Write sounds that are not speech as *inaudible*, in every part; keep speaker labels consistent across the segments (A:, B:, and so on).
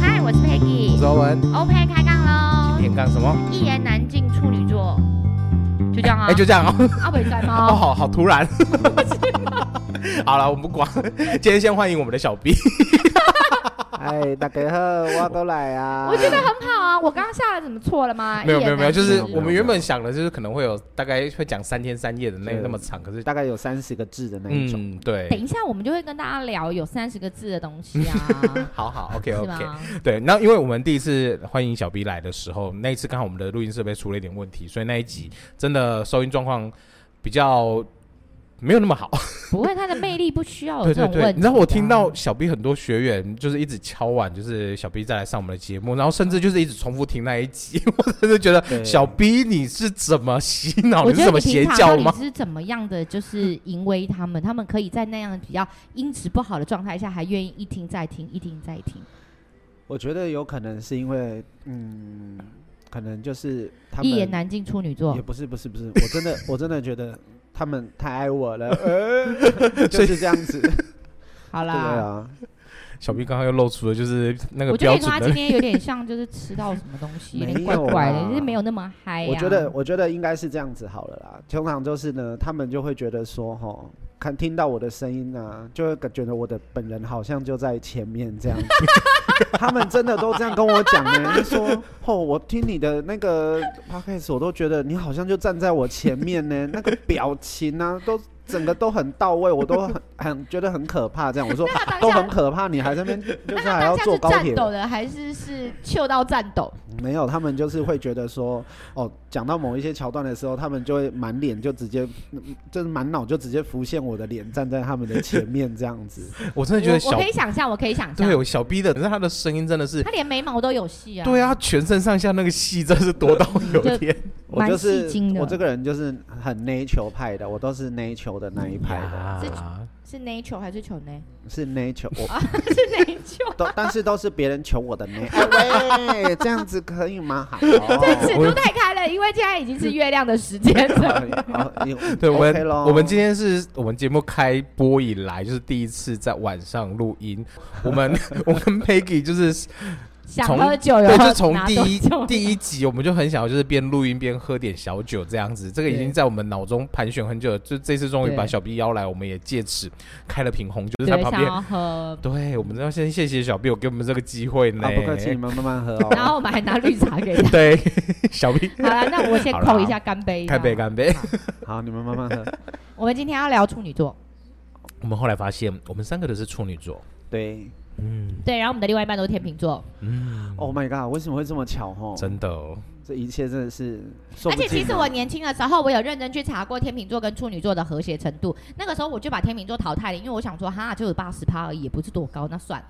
A: 嗨，我是
B: 我
A: Peggy
B: 是。欧文，
A: OK，开杠喽！
B: 天干什么？
A: 一言难尽，处女座，就这样啊。
B: 哎、就这样哦，
A: 阿北在
B: *laughs* 哦，
A: 吗？
B: 好好突然。好了，我们不管， *laughs* 今天先欢迎我们的小 B。
C: 哎，大家好，我都来啊！
A: 我觉得很好啊。我刚刚下来怎么错了吗？
B: 没有没有没有，就是
C: 没有
B: 我们原本想的，就是可能会有大概会讲三天三夜的那
C: 对
B: 那么长，可是
C: 大概有三十个字的那一种。
B: 嗯
A: 等
B: 对，
A: 一下我们就会跟大家聊有三十个字的东
B: *laughs*
A: 西啊，
B: 好好 OK
A: 是
B: OK，
A: 吗？
B: 对。那因为我们第一次欢迎小 B 来的时候，那一次刚好我们的录音设备出了一点问题，所以那一集真的收音状况比较没有那么好。
A: 不会，它的魅力不需要有
B: 对
A: 这
B: 对
A: 种问题啊。
B: 对，你知道我听到小 B 很多学员就是一直敲碗，就是小 B 再来上我们的节目，然后甚至就是一直重复听那一集， *laughs* 我真的觉得
C: 对
B: 小 B 你是怎么洗脑？
A: 我
B: 哦你
A: 觉得
B: 是怎么
A: 你
B: 邪
A: 平常
B: 教
A: 到
B: 吗
A: 底？是怎么样的，就是淫威他们，他 *laughs* 们可以在那样比较音质不好的状态下，还愿意一听再听，一听再听，
C: 我觉得有可能是因为，嗯，可能就是他们
A: 一言难尽哦处女座
C: 也。不是不是不是，我真的我真的觉得他们太爱我了，呃 *laughs* 就是这样子。
A: 好
C: 对
A: 啦，
C: 啊，
B: 小 B 刚刚又露出了就是那个
A: 我觉得
B: 标
A: 你说
B: 准
A: 他
B: 的
A: 今，天有点像就是吃到什么东
C: *laughs*
A: 西，有点
C: 没
A: 怪
C: 有
A: 怪的，
C: 啦
A: 就是没有那么嗨哎呀。
C: 我觉得我觉得应该是这样子好了啦。通常就是呢，他们就会觉得说，哈，看听到我的声音呢、就会感觉得我的本人好像就在前面这样子。 *laughs* 他们真的都这样跟我讲呢、就说哦，我听你的那个 podcast，我都觉得你好像就站在我前面呢、 *laughs* 那个表情啊，都整个都很到位，我都很很觉得很可怕。这样我说
A: 那他
C: 啊都
A: 当
C: 很
A: 下，
C: 可怕，你还在那边就
A: 那
C: 是
A: 他
C: 还要
A: 当下
C: 坐
A: 是
C: 高
A: 战
C: 铁，
A: 斗的，还是是秀到战斗？
C: 没有，他们就是会觉得说，哦，讲到某一些桥段的时候，他们就会满脸就直接，嗯就是满脑就直接浮现我的脸站在他们的前面这样子。
B: *laughs* 我真
A: 我
B: 的觉得
A: 我
B: 小
A: 可以想象，我可以想象
B: 对，我小 B 的，可是他的声音真的是，
A: 他连眉毛都有戏啊。
B: 对啊，他全身上下那个戏真是
A: *laughs*
B: 多到有点。
C: 我
A: 蛮
C: 就
A: 戏
C: 是
A: 精的
C: 我这个人就是很 nature 派的，我都是 nature 的那一派的，
A: 哎这
B: 呀
A: 是 nature 还是球 *laughs* 呢？
C: 是 nature，我
A: 是
B: *laughs*
A: nature，
C: 都但是都是别人求我的 nature，、哎喂，这样子可以吗？好，哦
A: 尺度太开了，因为现在已经是月亮的时间
B: *laughs*
A: 了。
C: 哦你
B: 对，我
C: OK
B: 们
C: 咯
B: 我们今天是我们节目开播以来就是第一次在晚上录音，我们我跟 Peggy 就是
A: 想
B: 从
A: 喝酒有
B: 对，
A: 喝
B: 就从
A: 哦拿
B: 第
A: 多
B: 一
A: 久
B: 第一集，我们就很想要就是边录音边喝点小酒这样子，这个已经在我们脑中盘旋很久了。就这次终于把
A: 对
B: 小 B 邀来，我们也借此开了瓶红酒，就是在
A: 对
B: 旁
A: 想
B: 边。
A: 要喝，
B: 对，我们要先谢谢小 B 有给我们这个机会呢。
C: 啊不客气，你们慢慢喝哦。
A: 然后我们还拿绿茶给他。
B: 对， *laughs* 小 B
A: 好了，那我先
B: 好啦
A: 扣一下干杯。
B: 干杯
A: 这样
B: 干杯！
C: 好，你们慢慢喝。
A: 我们今天要聊处女座，
B: 我们后来发现，我们三个都是处女座。
C: 对
B: 嗯
A: 对，然后我们的另外一半都是天秤座，
B: 嗯，
C: ，Oh my god，为什么会这么巧？哦，
B: 真的哦，
C: 这一切真的是说
A: 而
C: 不尽啊，
A: 且其实我年轻的时候，我有认真去查过天秤座跟处女座的和谐程度。那个时候我就把天秤座淘汰了，因为我想说，哈，就有八十趴而已，也不是多高，那算了。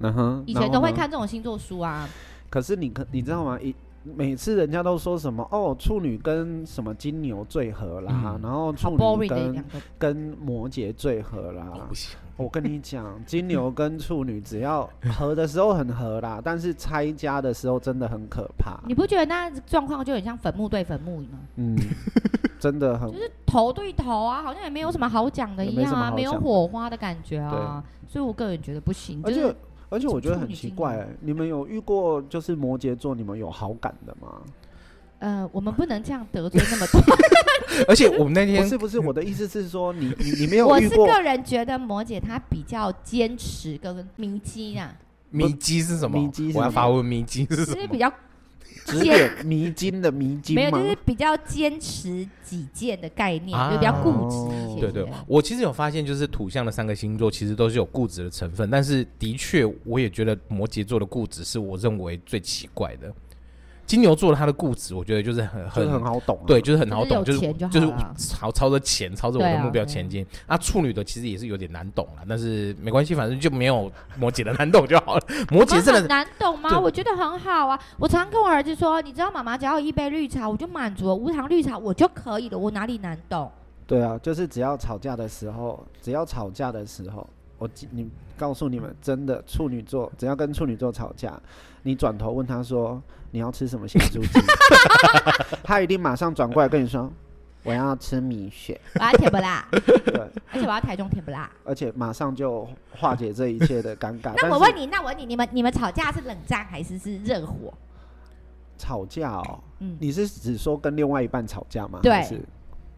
C: 嗯哼，
A: 以
C: 然
A: 前
C: 后
A: 都会
C: 呢。
A: 看这种星座书啊，
C: 可是你可你知道吗？一每次人家都说什么哦，处女跟什么金牛最合啦，
B: 嗯
C: 然后
A: 好
C: 处
A: boring
C: 女
A: 的
C: 跟
A: 两个。
C: 跟摩羯最合
B: 我
C: 啦
B: 不。行。
C: 我跟你讲，金牛跟处女只要合的时候很合 *laughs* 啦，但是拆家的时候真的很可怕。
A: 你不觉得那状况就很像坟墓对坟墓吗？
C: 嗯， *laughs* 真的很
A: 就是头对头啊，好像也没有什么好讲的一样啊，没
C: 也没什么好讲
A: 有火花的感觉啊。所以我个人觉得不行，就
C: 而且
A: 是
C: 而且我觉得
A: 处
C: 很
A: 女
C: 奇
A: 金
C: 怪、
A: 牛
C: 欸，你们有遇过就是摩羯座你们有好感的吗？
A: 呃，我们不能这样得罪那么多。
B: 而且我们那
C: 不
B: 天
C: 是不是，我的意思是说你你你 *laughs* 没有
A: 我
C: 遇
A: 是
C: 过
A: 个人觉得摩羯他比较坚持跟迷基啊，
B: 迷鸡是什么？
C: 迷鸡是
B: 我要
C: 什么
B: 发问，迷鸡是
A: 就
B: 什
A: 是
B: 么
A: 比？较
C: 指点迷津的迷津
A: 没有，
C: 吗？
A: 就是比较坚持己见的概念，
B: 啊
A: 就比较固执一些。
B: 对对，我其实有发现，就是土象的三个星座其实都是有固执的成分，但是的确，我也觉得摩羯座的固执是我认为最奇怪的。金牛座他的固执，我觉得就是很
C: 就是很
B: 很
C: 好懂、啊，
B: 对，，就是很好懂，
A: 就
B: 就是
A: 有钱
B: 是
A: 就好
B: 就是
A: 了
B: 朝朝着钱，朝着我
A: 对
B: 的
A: 啊
B: 目标
A: 对
B: 前进。啊，处女的其实也是有点难懂了，但是没关系，反正就没有摩羯的难懂就好了。摩羯真
A: 很
B: 的，
A: 难懂吗？
B: 对
A: 我觉得很好啊！我常跟我儿子说，你知道妈妈只要有一杯绿茶，我就满足了，无糖绿茶我就可以了，我哪里难
B: *laughs*
A: 懂？
C: 对啊，就是只要吵架的时候，只要吵架的时候，我记你告诉你们，真的处女座，只要跟处女座吵架，你转头 *laughs* 问他说你要吃什么咸猪鸡，他一定马上转过来跟你说。我要吃米雪，
A: 我要甜不辣，
C: 对，
A: 而且我要台中甜
B: *laughs*
A: 不
B: 啊
A: 辣。
C: 而且马上就化解这一切的尴尬。但
A: 那我
C: 是
A: 问你，那我问你，你们你们吵架是冷战还是是热火？
C: 吵架哦，
A: 嗯，
C: 你是只说跟另外一半吵架吗？
A: 对
C: 还是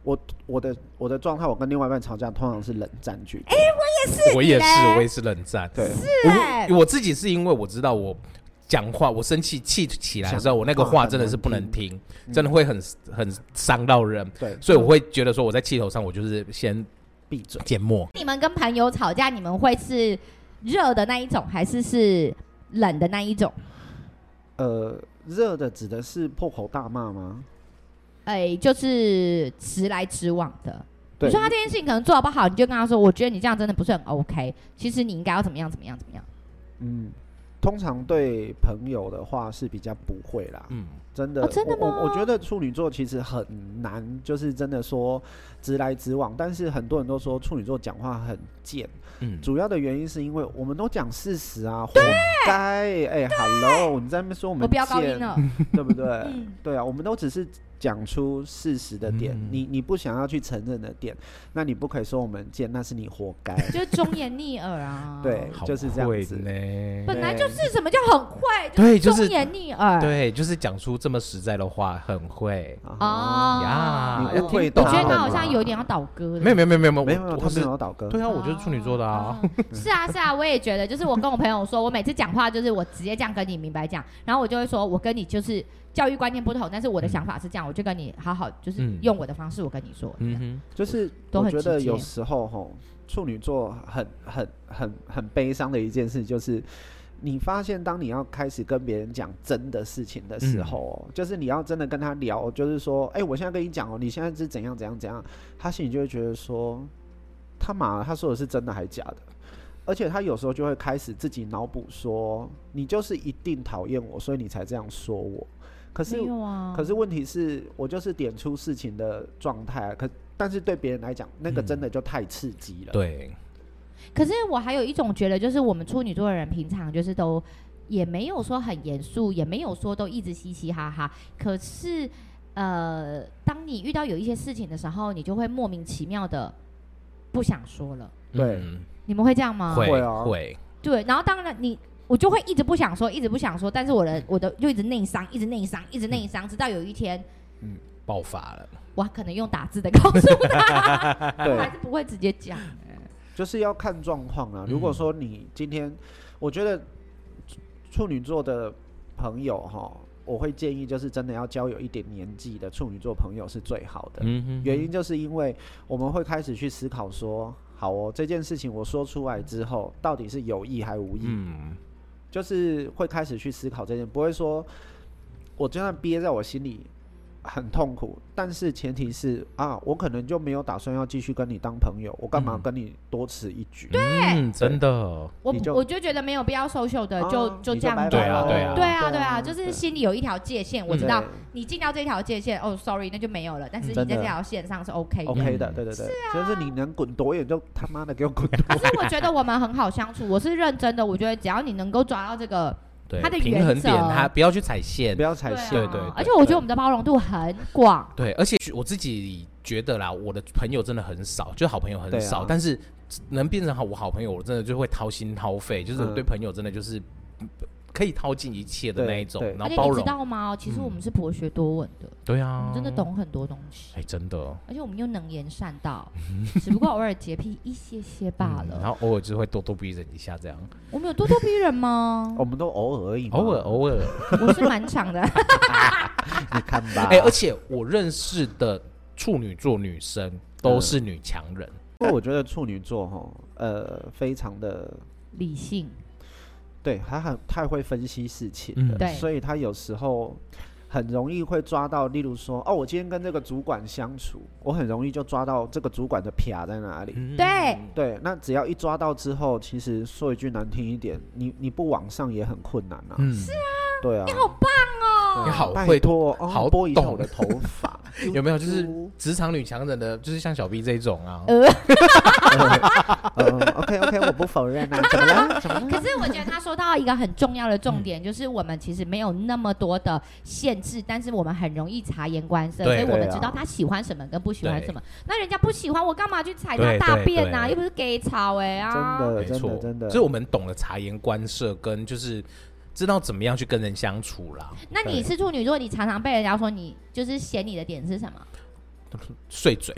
C: 我我的我的状态，我跟另外一半吵架通常是冷战居多。
B: 我也是
A: 嘞，
B: 我也是冷战。
C: 对，哎
A: 对，
B: 我自己是因为我知道我讲话，我生气气起来的时候，我那个话真的是不能听，
C: 嗯
B: 真的会很很伤到人，
C: 对，
B: 所以我会觉得说我在气头上，我就是先
C: 闭嘴。
B: 缄默。
A: 你们跟朋友吵架，你们会是热的那一种，还是是冷的那一种？
C: 呃，热的指的是破口大骂吗？
A: 哎、就是直来直往的。
C: 对
A: 你说他这件事情可能做的不好，你就跟他说，我觉得你这样真的不是很 OK。其实你应该要怎么样怎么样怎么样。
C: 嗯，通常对朋友的话是比较不会啦，
B: 嗯，
C: 真的，
A: 哦真的
C: 我我我
A: 吗
C: 觉得处女座其实很难，就是真的说直来直往，但是很多人都说处女座讲话很贱，
B: 嗯，
C: 主要的原因是因为我们都讲事实啊，活该，哎、哈 h e l l o 你在那边说我
A: 我
C: 们
A: 不要高音
C: 贱，
A: 了，
C: *laughs* 对不对？
A: 嗯
C: 对啊，我们都只是讲出事实的点，
B: 嗯
C: 你你不想要去承认的点，那你不可以说我们贱，那是你活该。
A: 就是忠言逆耳啊。
C: 对
B: 好
C: 就是这样
B: 会
C: 子
B: 呢。
A: 本来就是什么叫很会，
B: 对就是
A: 是忠言逆耳。
B: 对，就是讲出这么实在的话，很会。
C: 啊
A: 哦，
B: 呀
C: 你误会
A: 我
C: 到
A: 觉得他
C: 了
A: 好
C: 嘛
A: 像有点要倒戈了。
B: 没有没有没有没有，
C: 嗯没有没有，
B: 我
C: 他
B: 我
C: 没
B: 是
C: 有要倒戈。
B: 对啊，我就是处女座的啊。 *laughs*
A: 哦。是啊，是啊，我也觉得，就是我跟我朋友说，我每次讲话就是我直接这样跟你明白讲，然后我就会说，我跟你就是教育观念不同，但是我的想法是这样，我就跟你好好就是
B: 嗯
A: 用我的方式，我跟你说。
B: 嗯哼，
C: 就是
A: 都
C: 我
A: 很
C: 觉得
A: 直接
C: 有时候吼，处女座很很很很悲伤的一件事就是。你发现，当你要开始跟别人讲真的事情的时候、
A: 嗯
C: 哦，就是你要真的跟他聊，就是说，哎、我现在跟你讲哦，你现在是怎样怎样怎样，他心里就会觉得说，他妈的，他说的是真的还假的？而且他有时候就会开始自己脑补说，你就是一定讨厌我，所以你才这样说我。可是
A: 没有啊，
C: 可是问题是我就是点出事情的状态啊，可但是对别人来讲，那个真的就太刺激
B: 嗯
C: 了。
B: 对，
A: 可是我还有一种觉得，就是我们处女座的人平常就是都也没有说很严肃，也没有说都一直嘻嘻哈哈。可是，呃，当你遇到有一些事情的时候，你就会莫名其妙的不想说了。
C: 对
B: 嗯
A: 你们会这样吗？
B: 会
C: 会啊
B: 会，
A: 对，然后当然你我就会一直不想说，一直不想说，但是我的我的就一直内伤，一直内伤，一直内伤，直到有一天
B: 爆发了。
A: 我可能用打字的告诉他，我还
C: 对，
A: 是不会直接
C: *laughs*
A: 讲。
C: 就是要看状况
B: 嗯
C: 啊。如果说你今天，我觉得处处女座的朋友哈，我会建议就是真的要交有一点年纪的处女座朋友是最好的。
B: 嗯哼，
C: 原因就是因为我们会开始去思考说，好哦，这件事情我说出来之后，到底是有意还无意？
B: 嗯，
C: 就是会开始去思考这件，不会说我就算憋在我心里很痛苦，但是前提是啊，我可能就没有打算要继续跟你当朋友，我干嘛
B: 嗯
C: 跟你多此一举？
B: 嗯，真的，
A: 我
C: 你就
A: 我就觉得没有必要收袖的，
C: 啊
A: 就
C: 你
A: 就
C: 就
A: 这样
C: 拜
A: 子。
B: 对
C: 拜哦
B: 啊
C: 咯
B: 对啊
A: 对啊，对啊，就是心里有一条界限，我知道
C: 对
A: 你进到这条界限，哦，sorry，那就没有了。但是你在
C: 真的
A: 这条线上是 OK 的。
C: OK 的，对对对，
B: 啊
C: 就是你能滚多远就他妈的给我滚多
A: *laughs* 可是我觉得我们很好相处，我是认真的。我觉得只要你能够抓到这个，
B: 对，
A: 它的
B: 平
A: 原
B: 衡点，
A: 则
B: 它不要去踩
C: 远，
B: 线
C: *laughs* 不。要踩
A: 啊
C: 线。
B: 对对对
A: 而且我觉得我们的包容度很广，
B: 对，而且我自己觉得啦，我的朋友真的很少，就好朋友很
C: 对啊
B: 少，但是能变成好我好朋友，我真的就会掏心掏肺，就是我
C: 嗯
B: 对朋友真的就是嗯可以掏尽一切的
C: 对
B: 那一种
C: 对，
A: 而
B: 然后
A: 且
B: 包
A: 你知
B: 容。
A: 道吗？其实我
C: 嗯？
A: 们是博学多闻的，
B: 对
A: 我
B: 啊
A: 们，真的。懂很多东西，
B: 哎，真的
A: 而且我们又能言善
B: *laughs*
A: 道，只不过偶尔洁癖一些些罢
B: 嗯
A: 了。
B: 然后偶尔就会咄咄逼人一下，这样，
A: 我们有咄咄逼人吗
B: 哦
C: 我们都偶尔而已嘛，
B: 偶尔偶
C: *laughs*
B: 尔。
A: 我是蛮长
B: *laughs*
A: 的，
C: 你看吧。
B: 哎，而且我认识的处女座女生
C: 嗯
B: 都是女强人，
C: 因为我觉得处女座哈，呃，非常的
A: 理性。
C: 对，他很太会分析事情
B: 嗯
C: 了，
A: 对
C: 所以他有时候很容易会抓到，例如说，哦，我今天跟这个主管相处，我很容易就抓到这个主管的撇在哪里。
B: 嗯
A: 对，
C: 对，那只要一抓到之后，其实说一句难听一点，你你不往上也很困难啊。
B: 嗯，是啊，
C: *laughs* 对啊，你
A: 好
C: 棒
B: 你好
C: 拜
B: 会
C: 托，
B: 好
C: 哦、拨一下
B: 懂，
C: 我的头发
B: *laughs* 嗯有没有就是
C: 啾
B: 职场女强人的，就是像小 B 这一种啊，
A: 呃，
B: *laughs*
C: 嗯啾呃呃，OK OK，我不否认啊，怎么了？怎么了？
B: 嗯
A: 可是我觉得他说到一个很重要的重点，就是我们其实没有那么多的限制，但是我们很容易察言观色，所以
B: 对
A: 我们
C: 对啊
A: 知道他喜欢什么跟不喜欢
B: 对
A: 什么。那人家不喜欢我，干嘛去踩
B: 对
A: 他大
B: 对
A: 便呐、又
B: 对
A: 不是给草哎
C: 真
A: 啊！
C: 的，
B: 没
C: 真
B: 错
C: 的，真的
B: 所以。我们懂得察言观色，跟就是知道怎么样去跟人相处啦。
A: 那你是处女座，你常常被人家说你就是嫌你的点是什么？
B: 碎嘴、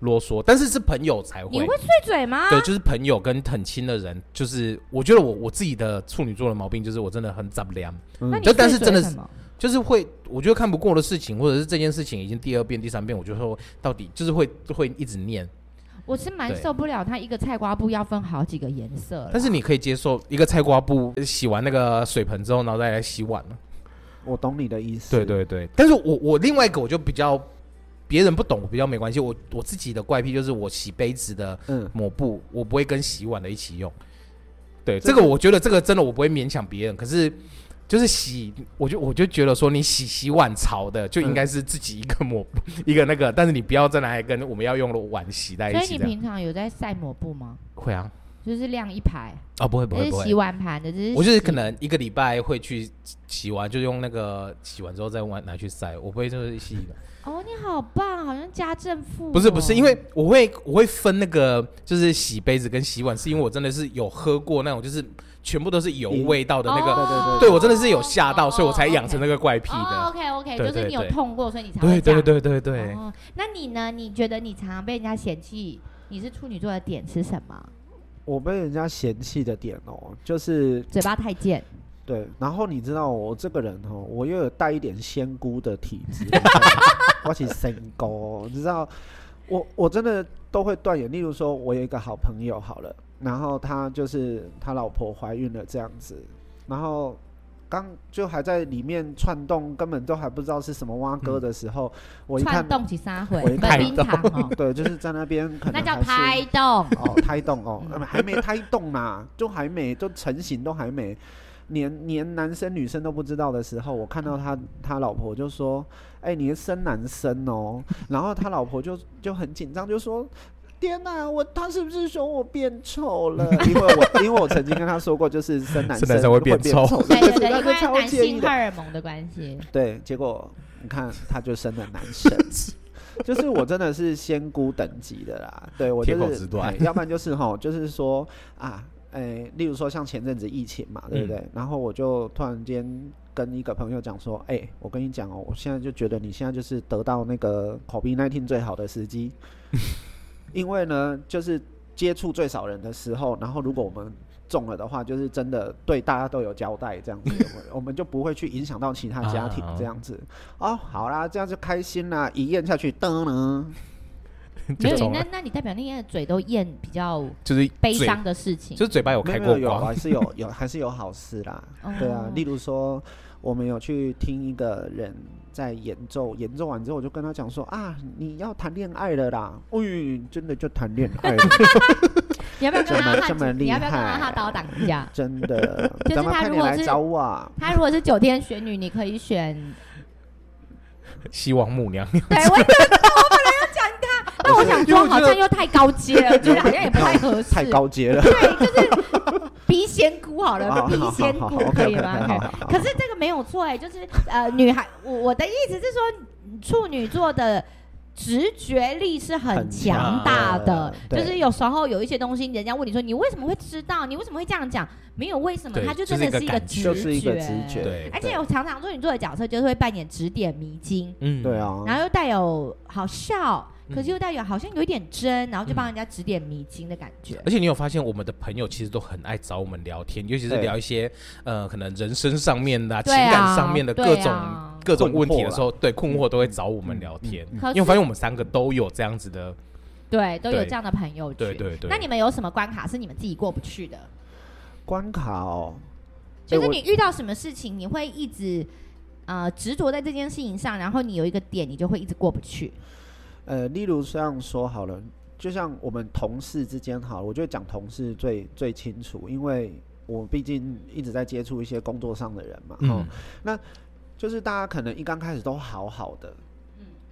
B: 啰嗦，但是是朋友才
A: 你
B: 会。
A: 会碎嘴吗？
B: 对，就是朋友跟很亲的人，就是我觉得我我自己的处女座的毛病，就是我真的很杂粮，
C: 嗯
A: 那你
B: 就但是
A: 碎嘴
B: 真的
A: 什
B: 是
A: 么
B: 就是会我觉得看不过的事情，或者是这件事情已经第二遍、第三遍，我就说到底就是会会一直
C: 哎
B: 念。
A: 我是蛮
B: 对
A: 受不了他一个菜瓜布要分好几个颜色啦。
B: 但是你可以接受一个菜瓜布洗完那个水盆之后，然后再来洗碗了。
C: 我懂你的意思。
B: 对对对，但是我我另外一个我就比较别人不懂，我比较没关系。我我自己的怪癖就是我洗杯子的
C: 嗯，
B: 抹布，我不会跟洗碗的一起用。对，
C: 这
B: 这
C: 个
B: 个我觉得这个真的我不会勉强别人，可是就是洗，我就我就觉得说你洗洗碗槽的就应该是自己一个抹布、一个那个，但是你不要再拿来跟我们要用的碗洗在
A: 所
B: 一
A: 以
B: 起
A: 你
B: 这样。
A: 平常有在晒抹布吗？
B: 会啊，
A: 就是晾一排，
B: 啊、不会不
A: 就是
B: 会不
A: 洗
B: 会，
A: 碗盘的，就是
B: 我就是可
A: 洗
B: 能一个礼拜会去洗完，就用那个洗完之后再完拿去晒，我不会就是洗的。
A: 哦，你好棒，好像家政妇哦、
B: 不是不是，因为我会我会分那个就是洗杯子跟洗碗，是因为我真的是有喝过那种就是全部都是油
C: 嗯
B: 味道的那个，
A: 哦
B: 对我真的是有吓到，所以我才养成那
A: 个
B: 个怪癖
A: 哦
B: 的。
A: ，OK OK，
B: 对
A: 就是你有
B: 对对
A: 痛过，所以你才
B: 对
A: 会这
B: 对
A: 样。
B: 对对对，
A: 哦，那你呢？你觉得你常常被人家嫌弃，你是处女座的点是什么？
C: 我被人家嫌弃的点哦，就是
A: 嘴巴太贱，
C: 对，然后你知道我这个人哦，我又有带一点仙姑的体质，我起仙姑，哦你知道，我我真的都会断言。例如说，我有一个好朋友好了，然后他就是他老婆怀孕了这样子，然后刚就还在里面窜动，根本都还不知道是什么蛙哥的时候，我一看
A: 窜，动起三回，
C: 我一
A: 不
C: 看
A: 冰糖哦，
C: 对，就是在那边可能
A: *laughs* 那叫
C: 还是
A: 拍动。
C: 哦，胎动哦，呃还没胎动啦，就还没，就成型都还没，连连男生女生都不知道的时候，我看到他他老婆就说：“哎、你生男生哦。”然后他老婆就就很紧张，就说。天呐、我他是不是说我变丑了？因为我因为我曾经跟他说过，就是生男
B: 生男生会
C: 会
B: 变
C: 变
B: 丑
C: 丑，
A: 对对对，
C: 那
A: 因
C: 个
A: 为
C: 超
A: 男
C: 介意
A: 性
C: 的
A: 荷尔蒙的关系，
C: 对，结果你看他就生了男生，就是我真的是仙姑等级的啦。对我就
B: 铁口
C: 是
B: 直，断
C: 哎要不然就是吼，就是说啊，哎、例如说像前阵子疫情嘛，对不对？
B: 嗯
C: 然后我就突然间跟一个朋友讲说，哎、我跟你讲哦、我现在就觉得你现在就是得到那个 COVID 1 9最好的
B: *laughs*
C: 时机，因为呢，就是接触最少人的时候，然后如果我们中了的话，就是真的对大家都有交代，这样子，我们我们就不会去影响到其他家庭
B: 啊
C: 这样子。哦，好啦，这样就开心啦，一咽下去，噔噔，
A: 没
B: 就
A: 有
B: 中
A: 那
C: 啊
B: 了，
A: 那你代表那天的嘴都咽比较
B: 就是
A: 悲
B: 嘴，
A: 伤的事情
B: 就，是嘴巴有
C: 没
B: 开
C: 有没
B: 过
C: 有有啊
B: 光，
C: 还是有有还是有好事啦。对啊
A: 哦，
C: 例如说，我们有去听一个人在演奏，演奏完之后，我就跟他讲说啊，你要谈恋爱了啦，嗯，真的就谈恋爱了，
A: 你要不要跟阿
C: 这么这么
A: 汉，你要不要跟阿
C: 厉害
A: 汉倒挡一下？
C: *laughs* 真
A: *laughs*
C: 的，
A: 就是
C: 咱们
A: 他
C: 快
A: 如
C: 点
A: 果
C: 来
A: 是
C: 找我啊。
A: 她如果是九天玄女，你可以
C: *laughs*
A: 选。
B: 西王母娘娘。
A: 对，我也想说我本来要讲她，但我想说好像又太高阶了，觉得好像也不太合适。
C: 太高阶了，
A: 对，就是鼻仙姑好了，
C: 啊好
A: 鼻
C: 好
A: 仙
C: 好好
A: 姑
C: 好
A: 可以
C: OK，OK，
A: 吗
C: 好
A: ？OK
C: 好好
A: 可是这个没有错哎，就是呃，女孩，我我的意思是说，处女座的。直觉力是很
C: 很
A: 强
B: 强
A: 大的
C: 的，
A: 就
C: 对
A: 是有时候有一些东西，人家问你说你为什么会知道，你为什么会这样讲，没有为什么，
B: 对
A: 它就
B: 就
A: 真
B: 是
A: 的
B: 一
A: 是一
B: 个
A: 个
B: 感觉
A: 直
C: 就是一个直觉，
B: 对
A: 而且我常常处女座的角色就是会扮演指点迷津，
B: 嗯
C: *laughs* 对，啊，
A: 然后又带有好笑，
B: 嗯
A: 可是又带有好像有一点真，然后就帮人家指点迷津的感觉。
B: *laughs* 而且你有发现我们的朋友其实都很爱找我们聊天，尤其是
C: 对
B: 聊一些呃可能人生上面的啊、情
A: 对啊
B: 感上面的各
A: 对啊嗯
B: 种各种问题
C: 困惑
B: 的
C: 啦嗯
B: 时候，对困惑都会找我们聊天。
A: 可
B: 嗯因为我发
A: 是
B: 现我们三个都有这样子的，
A: 对都有
B: 对
A: 这样的朋友
B: 对
A: 圈。
B: 对对。
A: 那你们有什么关卡是你们自己过不去的？
C: 关卡哦，
A: 就是
C: 我
A: 你遇到什么事情，你会一直呃执着在这件事情上，然后你有一个点，你就会一直过不去。
C: 呃，例如这样说好了，就像我们同事之间好了，我觉得讲同事最最清楚，因为我毕竟一直在接触一些工作上的人嘛，哦
B: 嗯，
C: 嗯就是大家可能一刚开始都好好的，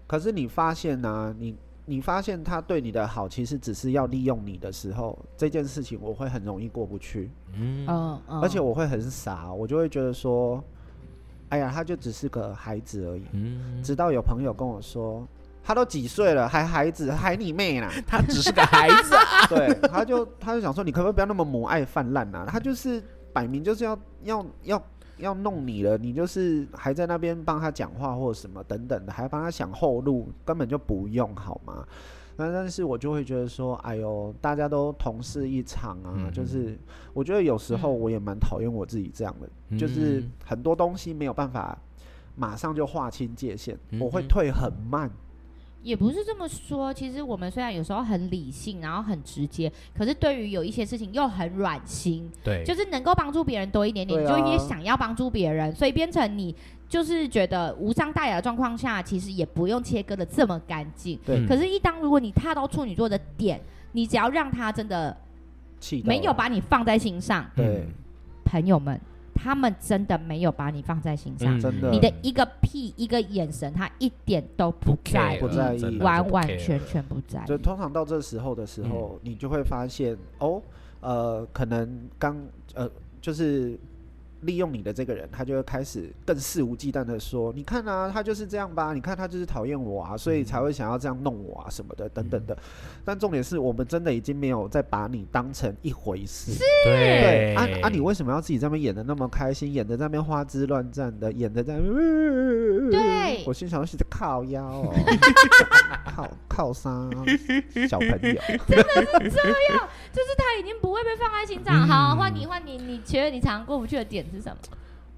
C: 可是你发现呢、你你发现他对你的好，其实只是要利用你的时候，这件事情我会很容易过不去，
B: 嗯，
A: 嗯嗯，
C: 而且我会很傻，我就会觉得说，哎呀，他就只是个孩子而已。
B: 嗯，
C: 直到有朋友跟我说，他都几岁了，还孩子，还你
B: *laughs*
C: 妹啦！
B: 他只是个孩子啊，
C: 对，他就他就想说，你可不可以不要那么母爱泛滥啊？他就是摆明就是要要要要弄你了，你就是还在那边帮他讲话或什么等等的，还帮他想后路，根本就不用好吗？那但是我就会觉得说，哎呦，大家都同事一场啊，
B: 嗯
C: 就是我觉得有时候我也蛮讨厌我自己这样的，就是
B: 嗯
C: 很多东西没有办法马上就划清界限，
B: 嗯
C: 我会
B: 哼
C: 退很慢。
A: 也不是这么说。其实我们虽然有时候很理性，然后很直接，可是对于有一些事情又很软心，
B: 对，
A: 就是能够帮助别人多一点点，
C: 对
A: 你
C: 啊
A: 就也想要帮助别人，所以变成你就是觉得无伤大雅的状况下，其实也不用切割的这么干净。
C: 对
B: 嗯
A: 可是，一当如果你踏到处女座的点，你只要让他真的
C: 气到
A: 没有
C: 了？
A: 把你放在心上，
B: 嗯
C: 对，
A: 朋友们，他们真的没有把你放在心上。
B: 嗯
C: 真的
A: 你的一个屁一个眼神，他一点都不
B: 不
A: 在
B: care，
A: 意，
C: 不在意
B: 嗯真的
A: 完
B: 不
A: 完
B: care
A: 全全不在
C: 就
A: 意。
C: 通常到这时候的时候，
B: 嗯
C: 你就会发现哦，呃，可能刚呃，就是利用你的这个人，他就会开始更肆无忌惮的说，你看啊，他就是这样吧，你看他就是讨厌我啊，所以
B: 嗯
C: 才会想要这样弄我啊什么的等等的。但重点是我们真的已经没有再把你当成一回事。对
B: 对
C: 啊啊！你为什么要自己在那边演的那么开心，演的在那边花枝乱颤的，演的在那边？
A: 对
C: *laughs* 我心想是靠腰哦， *laughs* 靠靠啥小朋
A: *laughs*
C: 友？
A: 他已经不会被放在心上。好，
B: 嗯
A: 换你，换你，你觉得你常过不去的点是什么？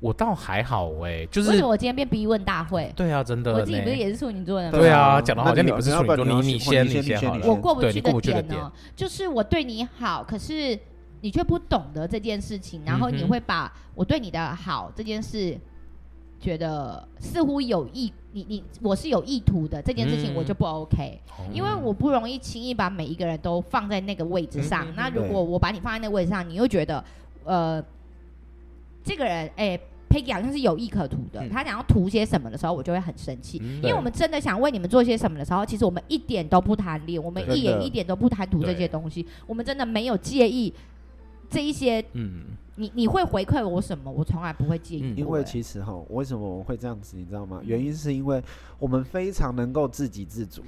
B: 我倒还好哎，就
A: 为
B: 是
A: 什么我今天变逼问大会？
B: 对啊，真的呢，
A: 我自己不是也是处女座的吗？
B: 对啊讲得好像
C: 那
B: 你不是
C: 要然
B: 处女座你
C: 你
B: 你先
C: 你
B: 你先
C: 先
B: 好了
A: 我
C: 先
A: 过不
B: 对
A: 去
B: 你过
A: 的
B: 不去的
A: 点哦呢，就是我对你好，可是你却不懂得这件事情，然后
B: 嗯哼
A: 你会把我对你的好这件事。觉得似乎有意，你你我是有意图的这件事情，
B: 嗯
A: 我就不 OK，、因
B: 哦
A: 为我不容易轻易把每一个人都放在那个位置上。
B: 嗯嗯嗯
A: 那如果我把你放在那个位置上，你又觉得，呃，这个人，哎、p e g g y 好像是有意可图的，
B: 嗯
A: 他想要图些什么的时候，我就会很生气。
B: 因
A: 因为
C: 对
A: 我们真的想为你们做些什么的时候，其实我们一点都不贪恋，我们
C: 对
A: 一
C: 真
A: 也
C: 的
A: 一点都不贪图这些东西，我们真的没有介意这一些。
B: 嗯
A: 你你会回馈我什么？我从来不会介意过、
B: 嗯
C: 因为
A: 哎
C: 其实哈，为什么我们会这样子，你知道吗？原因是因为我们非常能够自给自足，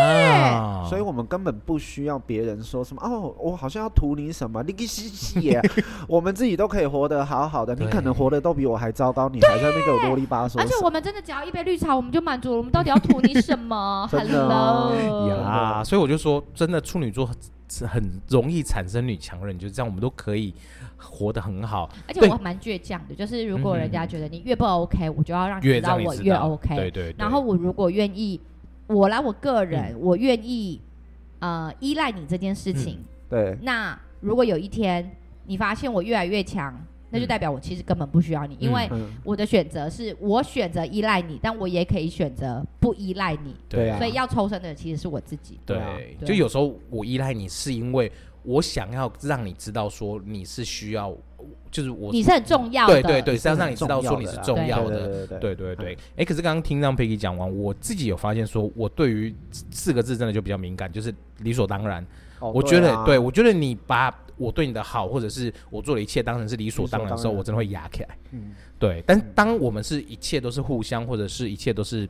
B: 啊
C: 所以我们根本不需要别人说什么哦，我好像要图你什么，你个嘻嘻
B: *laughs*
C: 耶，我们自己都可以活得好好的，你
B: 对
C: 可能活得都比我还糟糕，你还在那边给我啰里吧嗦
A: 而且
C: 什么。
A: 我们真的只要一杯绿茶，我们就满足了。我们到底要图你什
C: *laughs*
A: 么
C: 真的啊
A: ？Hello，
B: 呀，所以我就说，真的处女座很很容易产生女强人，就这样，我们都可以活得很好，
A: 而且
B: 对嗯
A: 我蛮倔强的，就是如果人家觉得你越不 OK，我就要让你
B: *laughs* 越
A: 知
B: 让你
A: 我
B: 知
A: 越
B: 道
A: OK。
B: 对对，对嗯
A: 然后我如果愿意，我来我个人，我愿意呃依赖你这件事情，
C: 对，
A: 那如果有一天你发现我越来越强，那
B: 嗯
A: 就代表我其实根本不需要你，因为
C: 嗯，
A: 我的选择是我选择依赖你，但我也可以选择不依赖你。
C: 对啊
A: 所以要抽身的其实是我自己。
C: 对
B: 对
C: 啊，
A: 对
B: 就有时候我依赖你，是因为我想要让你知道说你是需要，就是我
A: 你是很重要的，
B: 对对对，是要让你知道说你是重
A: 重
B: 要
A: 要
B: 的。
C: 对对嗯
B: 对对对，哎、可是刚刚听让 Peggy 讲完，我自己有发现说，我对于四个字真的就比较敏感，就是理所当然。
C: 哦
B: 我觉得，
C: 啊
B: 对我觉得你把我对你的好，或者是我做的一切当成是理所当然的时候，
C: 理所当然
B: 我真的会压起来。
C: 嗯
B: 对，但
C: 嗯
B: 当我们是一切都是互相，或者是一切都是，